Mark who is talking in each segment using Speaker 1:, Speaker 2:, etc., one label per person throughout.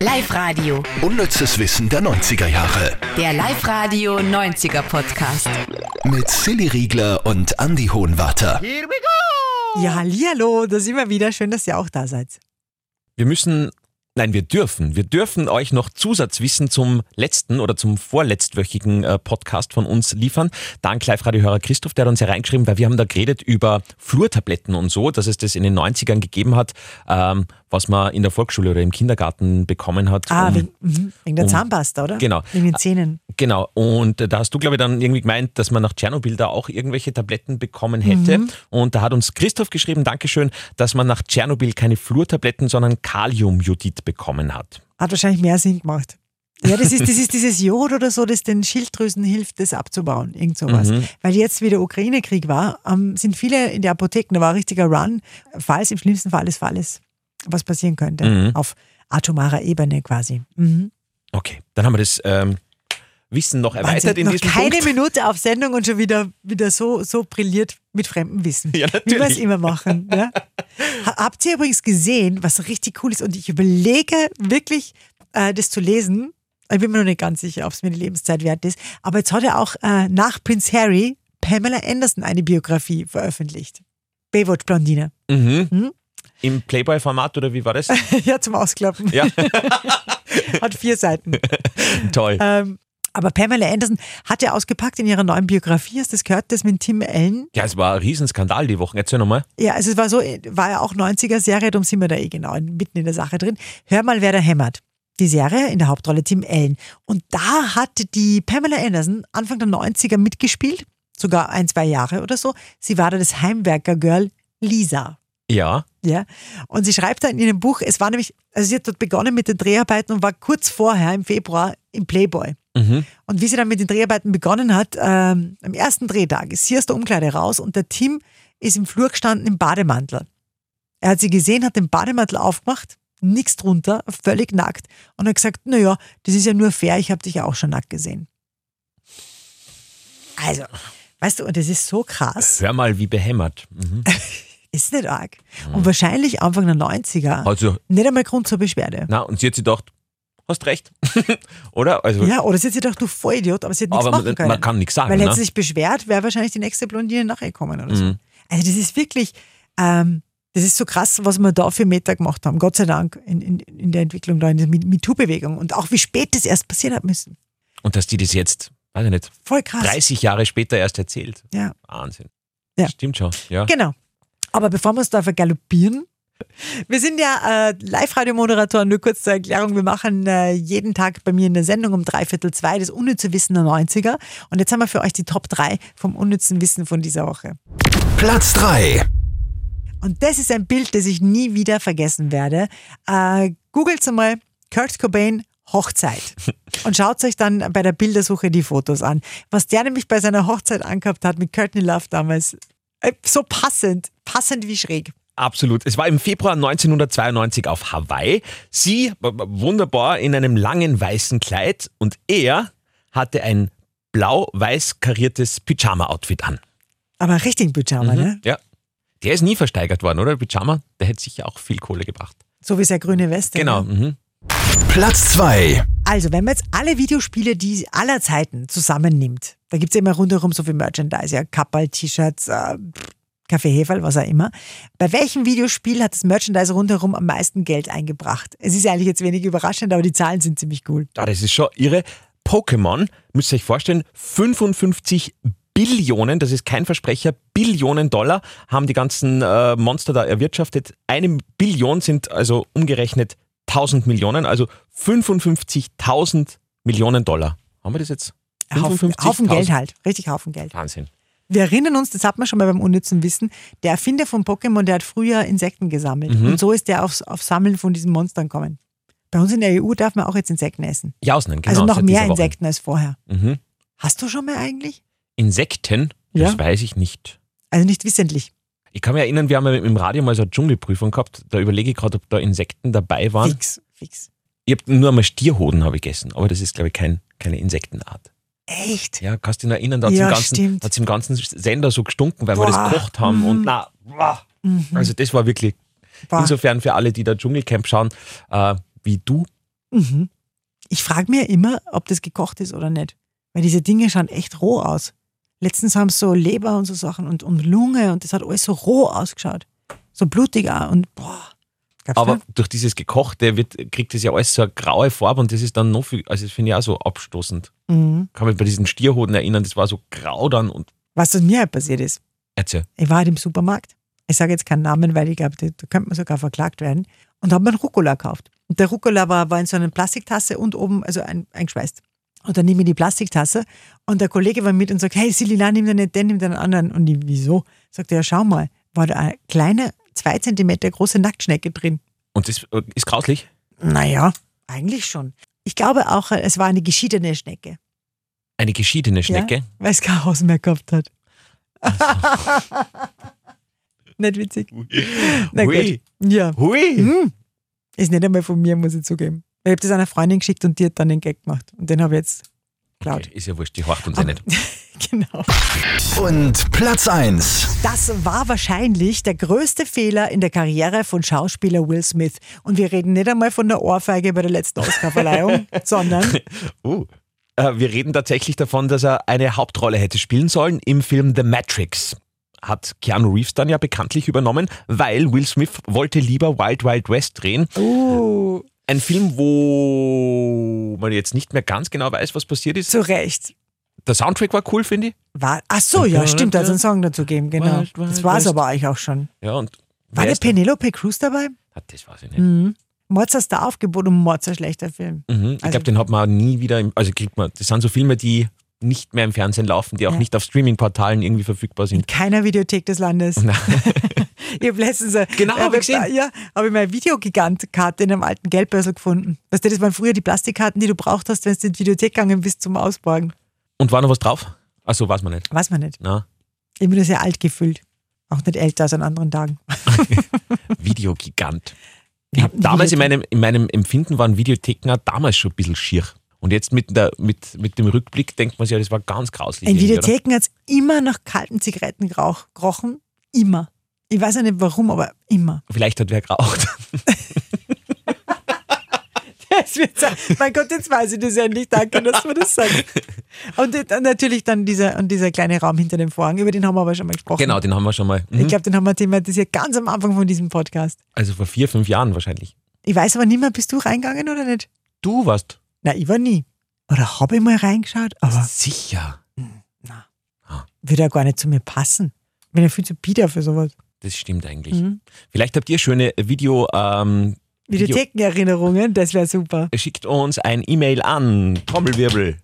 Speaker 1: Live-Radio.
Speaker 2: Unnützes Wissen der 90er Jahre.
Speaker 1: Der Live-Radio 90er Podcast.
Speaker 2: Mit Silly Riegler und Andy Hohenwarter.
Speaker 3: Ja, hallo, da sind wir wieder. Schön, dass ihr auch da seid.
Speaker 4: Wir müssen, nein, wir dürfen, wir dürfen euch noch Zusatzwissen zum letzten oder zum vorletztwöchigen äh, Podcast von uns liefern. Dank Live-Radio-Hörer Christoph, der hat uns hereingeschrieben, weil wir haben da geredet über Flurtabletten und so, dass es das in den 90ern gegeben hat, ähm, was man in der Volksschule oder im Kindergarten bekommen hat.
Speaker 3: Ah,
Speaker 4: um-
Speaker 3: wegen, mhm, wegen der
Speaker 4: um-
Speaker 3: Zahnpasta, oder?
Speaker 4: Genau.
Speaker 3: Wegen den Zähnen.
Speaker 4: Genau, und äh, da hast du, glaube ich, dann irgendwie gemeint, dass man nach Tschernobyl da auch irgendwelche Tabletten bekommen hätte. Und da hat uns Christoph geschrieben, Dankeschön, dass man nach Tschernobyl keine Flurtabletten, sondern Kaliumjodid bekommen hat.
Speaker 3: Hat wahrscheinlich mehr Sinn gemacht. Ja, das ist, das ist dieses Jod oder so, das den Schilddrüsen hilft, das abzubauen. Irgend sowas.
Speaker 4: Mhm.
Speaker 3: Weil jetzt, wie der Ukraine-Krieg war, ähm, sind viele in der Apotheken, da war ein richtiger Run, falls im schlimmsten Fall des Falles was passieren könnte.
Speaker 4: Mhm.
Speaker 3: Auf atomarer Ebene quasi. Mhm.
Speaker 4: Okay, dann haben wir das ähm, Wissen noch
Speaker 3: Wahnsinn,
Speaker 4: erweitert in
Speaker 3: noch
Speaker 4: diesem
Speaker 3: keine
Speaker 4: Punkt.
Speaker 3: Minute auf Sendung und schon wieder, wieder so, so brilliert mit fremdem Wissen.
Speaker 4: Ja,
Speaker 3: Wie wir es
Speaker 4: natürlich.
Speaker 3: immer machen. Ja? Ha- Habt ihr übrigens gesehen, was richtig cool ist und ich überlege wirklich, äh, das zu lesen. Ich bin mir noch nicht ganz sicher, ob es mir die Lebenszeit wert ist. Aber jetzt hat ja auch äh, nach Prince Harry Pamela Anderson eine Biografie veröffentlicht. Baywatch Blondine.
Speaker 4: Mhm.
Speaker 3: Hm?
Speaker 4: Im Playboy-Format oder wie war das?
Speaker 3: ja, zum Ausklappen.
Speaker 4: Ja,
Speaker 3: Hat vier Seiten.
Speaker 4: toll.
Speaker 3: ähm, aber Pamela Anderson hat ja ausgepackt in ihrer neuen Biografie, hast du das gehört, das mit Tim Allen,
Speaker 4: Ja, es war ein Riesenskandal die Woche. Erzähl nochmal.
Speaker 3: Ja, also es war so, war ja auch 90er-Serie, darum sind wir da eh genau mitten in der Sache drin. Hör mal, wer da hämmert. Die Serie in der Hauptrolle Tim Allen. Und da hat die Pamela Anderson Anfang der 90er mitgespielt, sogar ein, zwei Jahre oder so. Sie war da das Heimwerker-Girl Lisa.
Speaker 4: Ja,
Speaker 3: Ja. Und sie schreibt da in ihrem Buch, es war nämlich, also sie hat dort begonnen mit den Dreharbeiten und war kurz vorher im Februar im Playboy.
Speaker 4: mhm.
Speaker 3: Und wie sie dann mit den Dreharbeiten begonnen hat, ähm, am ersten Drehtag ist sie aus der Umkleide raus und der Tim ist im Flur gestanden im Bademantel. Er hat sie gesehen, hat den Bademantel aufgemacht, nichts drunter, völlig nackt und hat gesagt, naja, das ist ja nur fair, ich habe dich ja auch schon nackt gesehen. Also, weißt du, und das ist so krass,
Speaker 4: hör mal, wie behämmert. Mhm.
Speaker 3: ist nicht arg. Und wahrscheinlich Anfang der 90er,
Speaker 4: Also,
Speaker 3: nicht einmal Grund zur Beschwerde.
Speaker 4: na, und sie hat sich gedacht, hast recht, oder? Also,
Speaker 3: Ja, oder sie hat sich gedacht, du Vollidiot, aber sie hat nichts
Speaker 4: aber
Speaker 3: machen
Speaker 4: man,
Speaker 3: können.
Speaker 4: man kann nichts sagen.
Speaker 3: Weil
Speaker 4: ne?
Speaker 3: hätte sie sich beschwert, wäre wahrscheinlich die nächste Blondine nachher gekommen oder so.
Speaker 4: Mhm.
Speaker 3: Also das ist wirklich, ähm, das ist so krass, was wir da für Meter gemacht haben. Gott sei Dank in, in, in der Entwicklung da, in der Me- MeToo-Bewegung. Und auch wie spät das erst passieren hat müssen.
Speaker 4: Und dass die das jetzt, weiß ich nicht,
Speaker 3: Voll krass.
Speaker 4: 30 Jahre später erst erzählt.
Speaker 3: Ja.
Speaker 4: Wahnsinn.
Speaker 3: Ja.
Speaker 4: Stimmt schon, ja.
Speaker 3: Genau. Aber bevor wir uns da vergaloppieren, wir sind ja äh, Live-Radio-Moderatoren, nur kurz zur Erklärung. Wir machen äh, jeden Tag bei mir in der Sendung um dreiviertel zwei das unnütze Wissen der 90er. Und jetzt haben wir für euch die Top 3 vom unnützen Wissen von dieser Woche.
Speaker 2: Platz 3.
Speaker 3: Und das ist ein Bild, das ich nie wieder vergessen werde. Äh, googelt mal Kurt Cobain Hochzeit und schaut euch dann bei der Bildersuche die Fotos an. Was der nämlich bei seiner Hochzeit angehabt hat mit Courtney Love damals. Äh, So passend, passend wie schräg.
Speaker 4: Absolut. Es war im Februar 1992 auf Hawaii. Sie w- w- wunderbar in einem langen weißen Kleid und er hatte ein blau-weiß kariertes Pyjama-Outfit an.
Speaker 3: Aber richtig Pyjama, ne?
Speaker 4: Ja. Der ist nie versteigert worden, oder? Pyjama, der hätte sicher auch viel Kohle gebracht.
Speaker 3: So wie seine grüne Weste.
Speaker 4: Genau.
Speaker 3: Ne?
Speaker 4: Mhm.
Speaker 2: Platz 2.
Speaker 3: Also, wenn man jetzt alle Videospiele die aller Zeiten zusammennimmt, da gibt es immer rundherum so viel Merchandise, ja, Kapperl, T-Shirts, äh, Kaffeeheferl, was auch immer. Bei welchem Videospiel hat das Merchandise rundherum am meisten Geld eingebracht? Es ist eigentlich jetzt wenig überraschend, aber die Zahlen sind ziemlich cool.
Speaker 4: Ja, Ah, das ist schon irre. Pokémon, müsst ihr euch vorstellen, 55 Billionen, das ist kein Versprecher, Billionen Dollar haben die ganzen äh, Monster da erwirtschaftet. Eine Billion sind also umgerechnet 1000 Millionen, also 55.000 Millionen Dollar. Haben wir das jetzt?
Speaker 3: Haufen,
Speaker 4: 55.000?
Speaker 3: Haufen Geld halt, richtig Haufen Geld.
Speaker 4: Wahnsinn.
Speaker 3: Wir erinnern uns, das hat man schon mal beim unnützen Wissen, der Erfinder von Pokémon, der hat früher Insekten gesammelt.
Speaker 4: Mhm.
Speaker 3: Und so ist der aufs, auf Sammeln von diesen Monstern gekommen. Bei uns in der EU darf man auch jetzt Insekten essen.
Speaker 4: Jausen, genau.
Speaker 3: also noch
Speaker 4: seit
Speaker 3: mehr
Speaker 4: dieser Woche.
Speaker 3: Insekten als vorher.
Speaker 4: Mhm.
Speaker 3: Hast du schon mal eigentlich?
Speaker 4: Insekten?
Speaker 3: Ja.
Speaker 4: Das weiß ich nicht.
Speaker 3: Also nicht wissentlich.
Speaker 4: Ich kann mich erinnern, wir haben ja im Radio mal so eine Dschungelprüfung gehabt. Da überlege ich gerade, ob da Insekten dabei waren.
Speaker 3: Fix, fix.
Speaker 4: Ich hab nur einmal Stierhoden habe ich gegessen, aber das ist, glaube ich, kein, keine Insektenart.
Speaker 3: Echt?
Speaker 4: Ja, kannst du dich noch erinnern, da hat
Speaker 3: Ja,
Speaker 4: es im, ganzen-
Speaker 3: stimmt.
Speaker 4: hat's im ganzen Sender so gestunken, weil wir das
Speaker 3: Boah. Mhm.
Speaker 4: gekocht haben. Und na, boah. also das war wirklich,
Speaker 3: Boah.
Speaker 4: insofern für alle, die da Dschungelcamp schauen, äh, wie du,
Speaker 3: Mhm. Ich frage mir immer, ob das gekocht ist oder nicht. Weil diese Dinge schauen echt roh aus. Letztens haben so Leber und so Sachen und, und Lunge und das hat alles so roh ausgeschaut. So blutig auch und boah. Gab's
Speaker 4: Aber
Speaker 3: da?
Speaker 4: durch dieses Gekochte wird, kriegt das ja alles so eine graue Farbe und das ist dann noch viel, also das finde ich auch so abstoßend.
Speaker 3: Mhm.
Speaker 4: kann mich bei diesen Stierhoden erinnern, das war so grau dann und
Speaker 3: Was, was mir halt passiert ist,
Speaker 4: erzähl.
Speaker 3: ich war halt im Supermarkt. Ich sage jetzt keinen Namen, weil ich glaube, da da könnte man sogar verklagt werden. Und habe mir einen Rucola gekauft. Und der Rucola war, war in so einer Plastiktasse und oben, also ein, eingeschweißt. Und dann nehme ich die Plastiktasse und der Kollege war mit und sagt, hey Silila, nimm dir nicht den, nimm dir einen anderen. Und ich, wieso? Sagt er, ja schau mal, war da eine kleine, zwei Zentimeter große Nacktschnecke drin.
Speaker 4: Und das äh, ist grauslich.
Speaker 3: Naja, eigentlich schon. Ich glaube auch, es war eine geschiedene Schnecke,
Speaker 4: Eine geschiedene Schnecke.
Speaker 3: weil es kein Haus mehr gehabt hat. nicht witzig. Na
Speaker 4: Hui.
Speaker 3: gut. Ja.
Speaker 4: Hui!
Speaker 3: Hm. Ist nicht einmal von mir, muss ich zugeben. Ich habe das einer Freundin geschickt und die hat dann den Gag gemacht. Und den habe ich jetzt geklaut.
Speaker 4: Okay, ist ja wurscht, die horcht uns ja nicht.
Speaker 3: genau.
Speaker 2: Und Platz 1.
Speaker 3: Das war wahrscheinlich der größte Fehler in der Karriere von Schauspieler Will Smith. Und wir reden nicht einmal von der Ohrfeige bei der letzten Oscarverleihung, sondern
Speaker 4: Uh. Äh, wir reden tatsächlich davon, dass er eine Hauptrolle hätte spielen sollen im Film The Matrix. Hat Keanu Reeves dann ja bekanntlich übernommen, weil Will Smith wollte lieber Wild Wild West drehen.
Speaker 3: uh,
Speaker 4: Ein Film, wo man jetzt nicht mehr ganz genau weiß, was passiert ist.
Speaker 3: zu Recht.
Speaker 4: Der Soundtrack war cool, finde ich.
Speaker 3: War, ach so, ja, stimmt, da hat es einen Song dazu gegeben, genau. Das war es aber eigentlich auch schon.
Speaker 4: Ja, und
Speaker 3: War
Speaker 4: wer
Speaker 3: der
Speaker 4: ist da?
Speaker 3: Penelope Cruz dabei?
Speaker 4: Ah, Das weiß ich nicht.
Speaker 3: Mhm. Mordser Star-Aufgebot und Mordser schlechter Film.
Speaker 4: Mhm. ich
Speaker 3: Also-
Speaker 4: glaube, den hat man auch nie wieder, im, also kriegt man, das sind so Filme, die nicht mehr im Fernsehen laufen, die auch
Speaker 3: Ja.
Speaker 4: nicht auf Streaming-Portalen irgendwie verfügbar
Speaker 3: In
Speaker 4: sind.
Speaker 3: keiner Videothek des Landes.
Speaker 4: Na,
Speaker 3: Ich habe letztens äh,
Speaker 4: Genau, hab
Speaker 3: äh,
Speaker 4: ich gesehen.
Speaker 3: Ja, habe ich meine Videogigant-Karte in einem alten Geldbörsel gefunden. Weißt du, das waren früher die Plastikkarten, die du braucht hast, wenn du in die Videothek gegangen bist zum Ausborgen.
Speaker 4: Und war noch was drauf? Achso, weiß man nicht.
Speaker 3: Weiß man nicht.
Speaker 4: Na,
Speaker 3: Ich bin da sehr alt gefühlt. Auch nicht älter als an anderen Tagen.
Speaker 4: Videogigant. Ich
Speaker 3: Ja,
Speaker 4: hab damals
Speaker 3: Videothek-
Speaker 4: in meinem, in meinem Empfinden waren Videotheken auch damals schon ein bisschen schier. Und jetzt mit, der, mit, mit dem Rückblick denkt man sich ja, das war ganz grauslich.
Speaker 3: In
Speaker 4: irgendwie,
Speaker 3: Videotheken hat es immer nach kalten Zigarettenrauch gerochen. Immer. Ich weiß ja nicht warum, aber immer.
Speaker 4: Oder? Vielleicht hat wer geraucht.
Speaker 3: Es wird sein. Mein Gott, jetzt weiß ich das endlich. Danke, dass wir das sagen. Und, äh, natürlich dann dieser, und dieser kleine Raum hinter dem Vorhang, über den haben wir aber schon mal gesprochen.
Speaker 4: genau, den haben wir schon mal. Mhm.
Speaker 3: Ich glaube, den haben wir thematisiert ganz am Anfang von diesem Podcast.
Speaker 4: also vor vier, fünf Jahren wahrscheinlich.
Speaker 3: Ich weiß aber nicht mehr, bist du reingegangen oder nicht?
Speaker 4: Du warst
Speaker 3: Na, ich war nie. Oder habe ich mal reingeschaut, aber
Speaker 4: sicher.
Speaker 3: würde ja gar nicht zu mir passen. Ich bin ja viel zu bieder für sowas.
Speaker 4: Das stimmt eigentlich.
Speaker 3: Mhm.
Speaker 4: Vielleicht habt ihr schöne Video, ähm,
Speaker 3: Videothekenerinnerungen, das wäre super.
Speaker 4: schickt uns ein E-Mail an Trommelwirbel.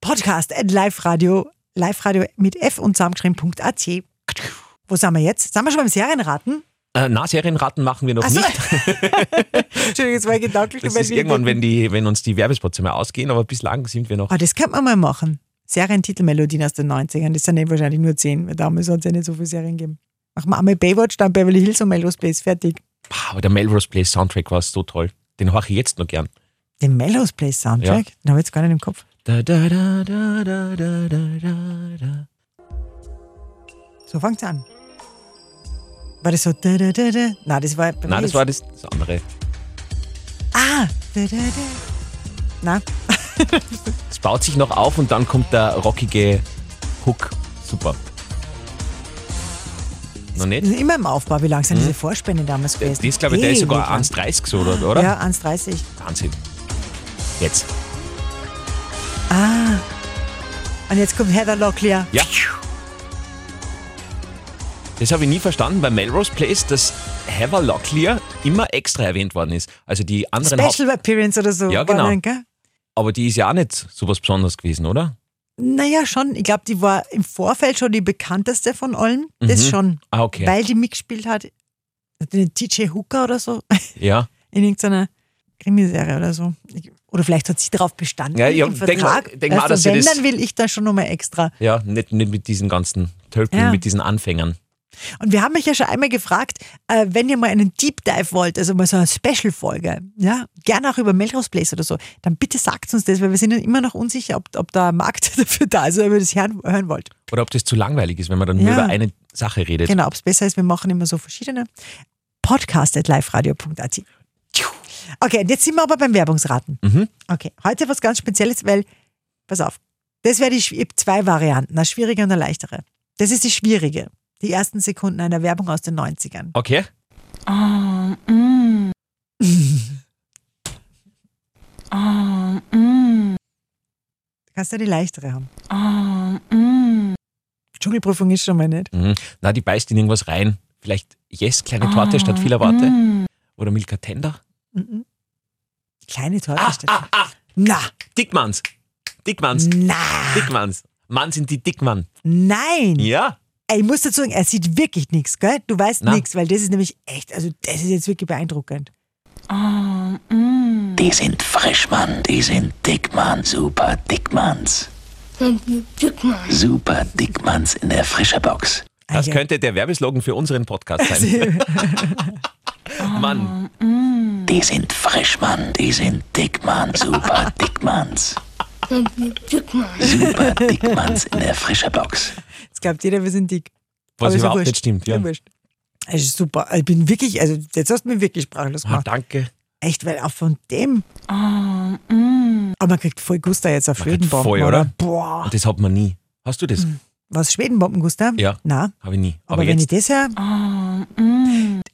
Speaker 3: Podcast at liveradio, liveradio mit f und zusammengeschrieben.at. Wo sind wir jetzt? Sind wir schon beim Serienraten?
Speaker 4: Äh, na, Serienraten machen wir noch
Speaker 3: Ach so.
Speaker 4: nicht.
Speaker 3: Entschuldigung, jetzt war ich gedanklich.
Speaker 4: Das
Speaker 3: über
Speaker 4: ist
Speaker 3: die-
Speaker 4: irgendwann, wenn, die, wenn uns die Werbespots einmal ausgehen, aber bislang sind wir noch.
Speaker 3: Ah, das könnte man mal machen. Serientitelmelodien aus den 90ern, das sind eh wahrscheinlich nur 10, weil damals hat es ja nicht so viele Serien gegeben. Machen wir einmal Baywatch, dann Beverly Hills und Melrose Place, fertig.
Speaker 4: Pah, aber der Melrose Place Soundtrack war so toll. Den höre ich jetzt noch gern.
Speaker 3: Den Melrose Place Soundtrack, den habe ich jetzt gar nicht im Kopf.
Speaker 4: Da, da, da, da, da, da, da, da, da.
Speaker 3: So fängt's an. War das so da da da da? Nein, das war
Speaker 4: Nein, das war das, das andere.
Speaker 3: Ah! Da, da, da. Nein,
Speaker 4: Es baut sich noch auf und dann kommt der rockige Hook. Super. Noch
Speaker 3: wir
Speaker 4: nicht?
Speaker 3: sind immer im Aufbau, wie lang sind diese Vorspänne damals
Speaker 4: Der
Speaker 3: gewesen?
Speaker 4: Mhm. Äh, ist, glaube ich, der ist sogar
Speaker 3: Ewig
Speaker 4: 1,30 so, oder?
Speaker 3: lang.
Speaker 4: oder?
Speaker 3: Ja, 1,30.
Speaker 4: Wahnsinn. Jetzt.
Speaker 3: Ah! Und jetzt kommt Heather Locklear.
Speaker 4: Ja. Das habe ich nie verstanden bei Melrose Place, dass Heather Locklear immer extra erwähnt worden ist. Also die anderen Haupt
Speaker 3: Special Appearance oder so.
Speaker 4: Ja,
Speaker 3: war
Speaker 4: genau.
Speaker 3: dann, gell?
Speaker 4: Aber die ist ja auch nicht so was Besonderes gewesen, oder?
Speaker 3: Naja, schon. Ich glaube, die war im Vorfeld schon die bekannteste von allen. Das
Speaker 4: Mhm.
Speaker 3: schon.
Speaker 4: Ah, okay.
Speaker 3: Weil die mitgespielt hat. Den DJ Hooker oder so.
Speaker 4: ja.
Speaker 3: in irgendeiner Krimiserie oder so. Ich- Oder vielleicht hat sie darauf bestanden.
Speaker 4: Ja, ja,
Speaker 3: im
Speaker 4: denk mal-
Speaker 3: Vertrag.
Speaker 4: denk mal,
Speaker 3: Also
Speaker 4: dass sie
Speaker 3: wenn,
Speaker 4: das-
Speaker 3: dann will ich da schon nochmal extra.
Speaker 4: Ja, nicht, nicht mit diesen ganzen Tölpeln,
Speaker 3: Ja.
Speaker 4: mit diesen Anfängern.
Speaker 3: Und wir haben euch ja schon einmal gefragt, äh, wenn ihr mal einen Deep Dive wollt, also mal so eine Special-Folge, ja, gerne auch über Melrose Place oder so, dann bitte sagt uns das, weil wir sind ja immer noch unsicher, ob, ob da ein Markt dafür da ist, also wenn ihr das hören, hören wollt.
Speaker 4: Oder ob das zu langweilig ist, wenn man dann nur
Speaker 3: Ja.
Speaker 4: über eine Sache redet.
Speaker 3: Genau, ob es besser ist, wir machen immer so verschiedene. Podcast at liveradio.at. Okay, und jetzt sind wir aber beim Werbungsraten. Okay, heute was ganz Spezielles, weil, pass auf, das wäre die schw- ich hab zwei Varianten, eine schwierige und eine leichtere. Das ist die schwierige, die ersten Sekunden einer Werbung aus den 90ern.
Speaker 4: Okay.
Speaker 3: Kannst du die leichtere haben?
Speaker 4: Ah, mm.
Speaker 3: Dschungelprüfung ist schon mal nicht.
Speaker 4: Mhm. Na, die beißt in irgendwas rein. Vielleicht Yes,
Speaker 3: Ah.
Speaker 4: kleine Torte statt vieler Worte.
Speaker 3: Mm.
Speaker 4: Oder Milka Tender.
Speaker 3: Mhm. Kleine Torte
Speaker 4: Ah,
Speaker 3: statt.
Speaker 4: ah, ah,
Speaker 3: Na,
Speaker 4: Dickmanns. Dickmanns.
Speaker 3: na,
Speaker 4: Dickmanns. Mann sind die Dickmann.
Speaker 3: nein.
Speaker 4: Ja.
Speaker 3: Ey, ich muss dazu sagen, er sieht wirklich nichts, gell? Du weißt
Speaker 4: Na.
Speaker 3: nichts, weil das ist nämlich echt, also das ist jetzt wirklich beeindruckend.
Speaker 5: Die sind Frischmann, die sind Dickmann, super Dickmanns. Super Dickmanns in der Frischebox.
Speaker 4: Das
Speaker 3: Ei, ei.
Speaker 4: könnte der Werbeslogan für unseren Podcast sein. Mann.
Speaker 5: Die sind Frischmann, die sind Dickmann, super Dickmanns. Super Dickmanns in der Frischebox.
Speaker 3: Jetzt glaubt jeder, wir sind dick. Aber
Speaker 4: Was
Speaker 3: ist ja
Speaker 4: überhaupt
Speaker 3: wurscht.
Speaker 4: nicht stimmt, ja.
Speaker 3: Ist wurscht. Also super. Ich bin wirklich, also jetzt hast du mich wirklich sprachlos
Speaker 4: Ah,
Speaker 3: gemacht.
Speaker 4: danke.
Speaker 3: Echt, weil auch von dem. Aber man kriegt voll Gusta jetzt auf
Speaker 4: Man kriegt
Speaker 3: Schwedenbomben.
Speaker 4: voll, oder?
Speaker 3: Boah.
Speaker 4: Und das hat man nie. Hast du das?
Speaker 3: Hm. Was Schwedenbomben, Gusta?
Speaker 4: Ja.
Speaker 3: Na,
Speaker 4: Habe ich nie.
Speaker 3: aber,
Speaker 4: Aber,
Speaker 3: wenn ich
Speaker 4: jetzt.
Speaker 3: das höre.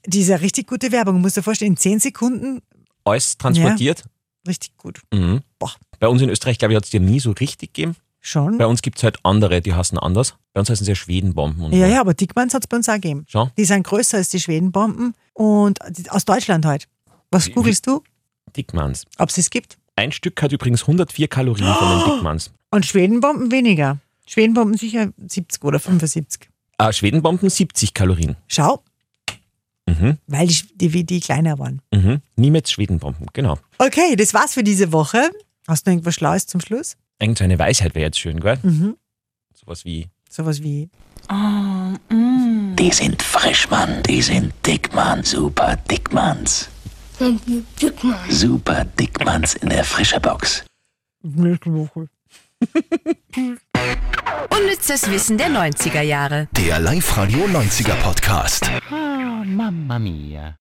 Speaker 3: Diese richtig gute Werbung, musst du dir vorstellen, in 10 Sekunden
Speaker 4: Alles transportiert.
Speaker 3: richtig gut.
Speaker 4: Mhm.
Speaker 3: Boah.
Speaker 4: Bei uns in Österreich, glaube ich, hat es dir nie so richtig gegeben.
Speaker 3: Schon.
Speaker 4: Bei uns gibt es halt andere, die heißen anders. Bei uns heißen sie ja Schwedenbomben. Und
Speaker 3: Ja,
Speaker 4: so.
Speaker 3: ja, aber Dickmanns hat es bei uns auch gegeben.
Speaker 4: Schon?
Speaker 3: Die sind größer als die Schwedenbomben und die- aus Deutschland halt. Was
Speaker 4: Wie-
Speaker 3: googelst du,
Speaker 4: Dickmanns.
Speaker 3: ob es es gibt?
Speaker 4: Ein Stück hat übrigens 104 Kalorien von den
Speaker 3: Oh!
Speaker 4: Dickmanns.
Speaker 3: Und Schwedenbomben weniger. Schwedenbomben sicher 70 oder 75.
Speaker 4: Äh, Schwedenbomben 70 Kalorien.
Speaker 3: Schau,
Speaker 4: Mhm.
Speaker 3: weil die, Sch- die, wie die kleiner waren.
Speaker 4: Mhm. Niemals Schwedenbomben, genau.
Speaker 3: Okay, das war's für diese Woche. Hast du noch irgendwas Schlaues zum Schluss?
Speaker 4: Irgend so eine Weisheit wäre jetzt schön, gell?
Speaker 3: Mhm.
Speaker 4: Sowas wie.
Speaker 3: Sowas wie,
Speaker 5: Die sind Frischmann, die sind Dickmann, super Dickmanns. Super Dickmanns in der Frischebox.
Speaker 1: Unnützes Wissen der 90er Jahre.
Speaker 2: Der Live-Radio 90er Podcast.
Speaker 6: Mamma mia.